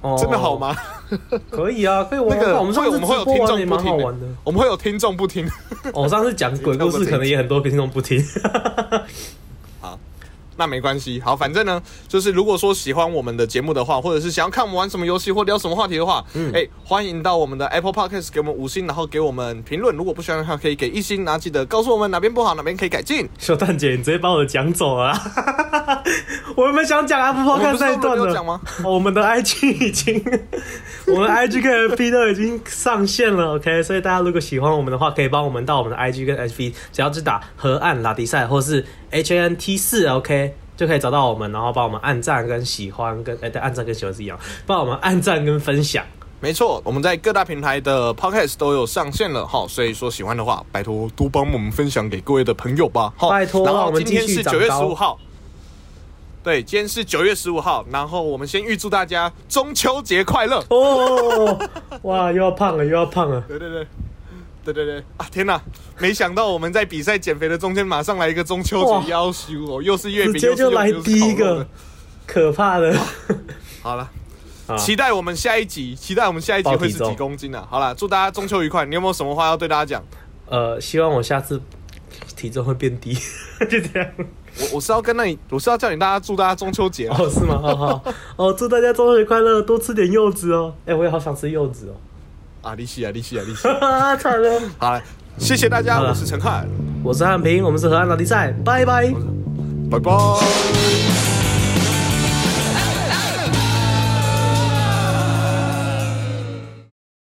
Speaker 2: 哦
Speaker 1: 真的好？吗？
Speaker 2: 可以啊，可以玩。
Speaker 1: 那个
Speaker 2: 我们上
Speaker 1: 会
Speaker 2: 次直
Speaker 1: 我们会有
Speaker 2: 播
Speaker 1: 听
Speaker 2: 玩得
Speaker 1: 众
Speaker 2: 也
Speaker 1: 不
Speaker 2: 蛮
Speaker 1: 听
Speaker 2: 好玩的。哦
Speaker 1: 我们会有听众不听。
Speaker 2: 我上次讲鬼故事，可能也很多听众不听。
Speaker 1: 那没关系，好，反正呢，就是如果说喜欢我们的节目的话，或者是想要看我们玩什么游戏或聊什么话题的话，嗯，哎、欢迎到我们的 Apple Podcast 给我们五星，然后给我们评论。如果不喜欢的话，可以给一星，然后记得告诉我们哪边不好，哪边可以改进。
Speaker 2: 小蛋姐，你直接把我讲走了、啊。 我原本想讲 Apple
Speaker 1: 我们
Speaker 2: Podcast
Speaker 1: 不是
Speaker 2: 那一
Speaker 1: 都
Speaker 2: 段
Speaker 1: 没有
Speaker 2: 的
Speaker 1: 讲吗？
Speaker 2: 哦我们的 IG 已经， 我们的 IG 跟 FB 都已经上线了，OK。所以大家如果喜欢我们的话，可以帮我们到我们的 IG 跟 FB，只要去打河岸拉迪赛或是 HANT 四 OK。就可以找到我们，然后帮我们按赞跟喜欢跟哎、对，按赞跟喜欢是一样，帮我们按赞跟分享。
Speaker 1: 没错，我们在各大平台的 podcast 都有上线了哈，所以说喜欢的话，拜托多帮我们分享给各位的朋友吧哈。
Speaker 2: 拜托
Speaker 1: 然
Speaker 2: 让
Speaker 1: 后
Speaker 2: 我们
Speaker 1: 今天
Speaker 2: 继续
Speaker 1: 是
Speaker 2: 长
Speaker 1: 九月十
Speaker 2: 高
Speaker 1: 五号，对，今天是九月十五号，然后我们先预祝大家中秋节快乐。
Speaker 2: 哦，哇，又要胖了，又要胖 了。
Speaker 1: 对对对，对对对啊！天哪，没想到我们在比赛减肥的中间，马上来一个中秋
Speaker 2: 哇
Speaker 1: 节要求哦，又是月饼，
Speaker 2: 直接
Speaker 1: 又是
Speaker 2: 就
Speaker 1: 月饼
Speaker 2: 来
Speaker 1: 又是
Speaker 2: 第一
Speaker 1: 烤肉
Speaker 2: 个
Speaker 1: 的。
Speaker 2: 可怕的。
Speaker 1: 好了
Speaker 2: 啊。
Speaker 1: 期待我们下一集，期待我们下一集
Speaker 2: 报
Speaker 1: 会
Speaker 2: 体
Speaker 1: 是
Speaker 2: 重
Speaker 1: 几公斤啊！好了，祝大家中秋愉快！你有没有什么话要对大家讲？
Speaker 2: 呃，希望我下次体重会变低， 就这样。
Speaker 1: 我我是要跟那你，我是要叫你大家祝大家中秋节啊！
Speaker 2: 哦，是吗？哦好， 哦，祝大家中秋节快乐，多吃点柚子哦。哎、我也好想吃柚子
Speaker 1: 啊，利息啊，利息啊，利 息！
Speaker 2: 哦。惨了，
Speaker 1: 好了，谢谢大家，
Speaker 2: 好了
Speaker 1: 我是陈汉，
Speaker 2: 我是汉平，我们是河岸老弟赛，拜拜。
Speaker 1: 拜拜。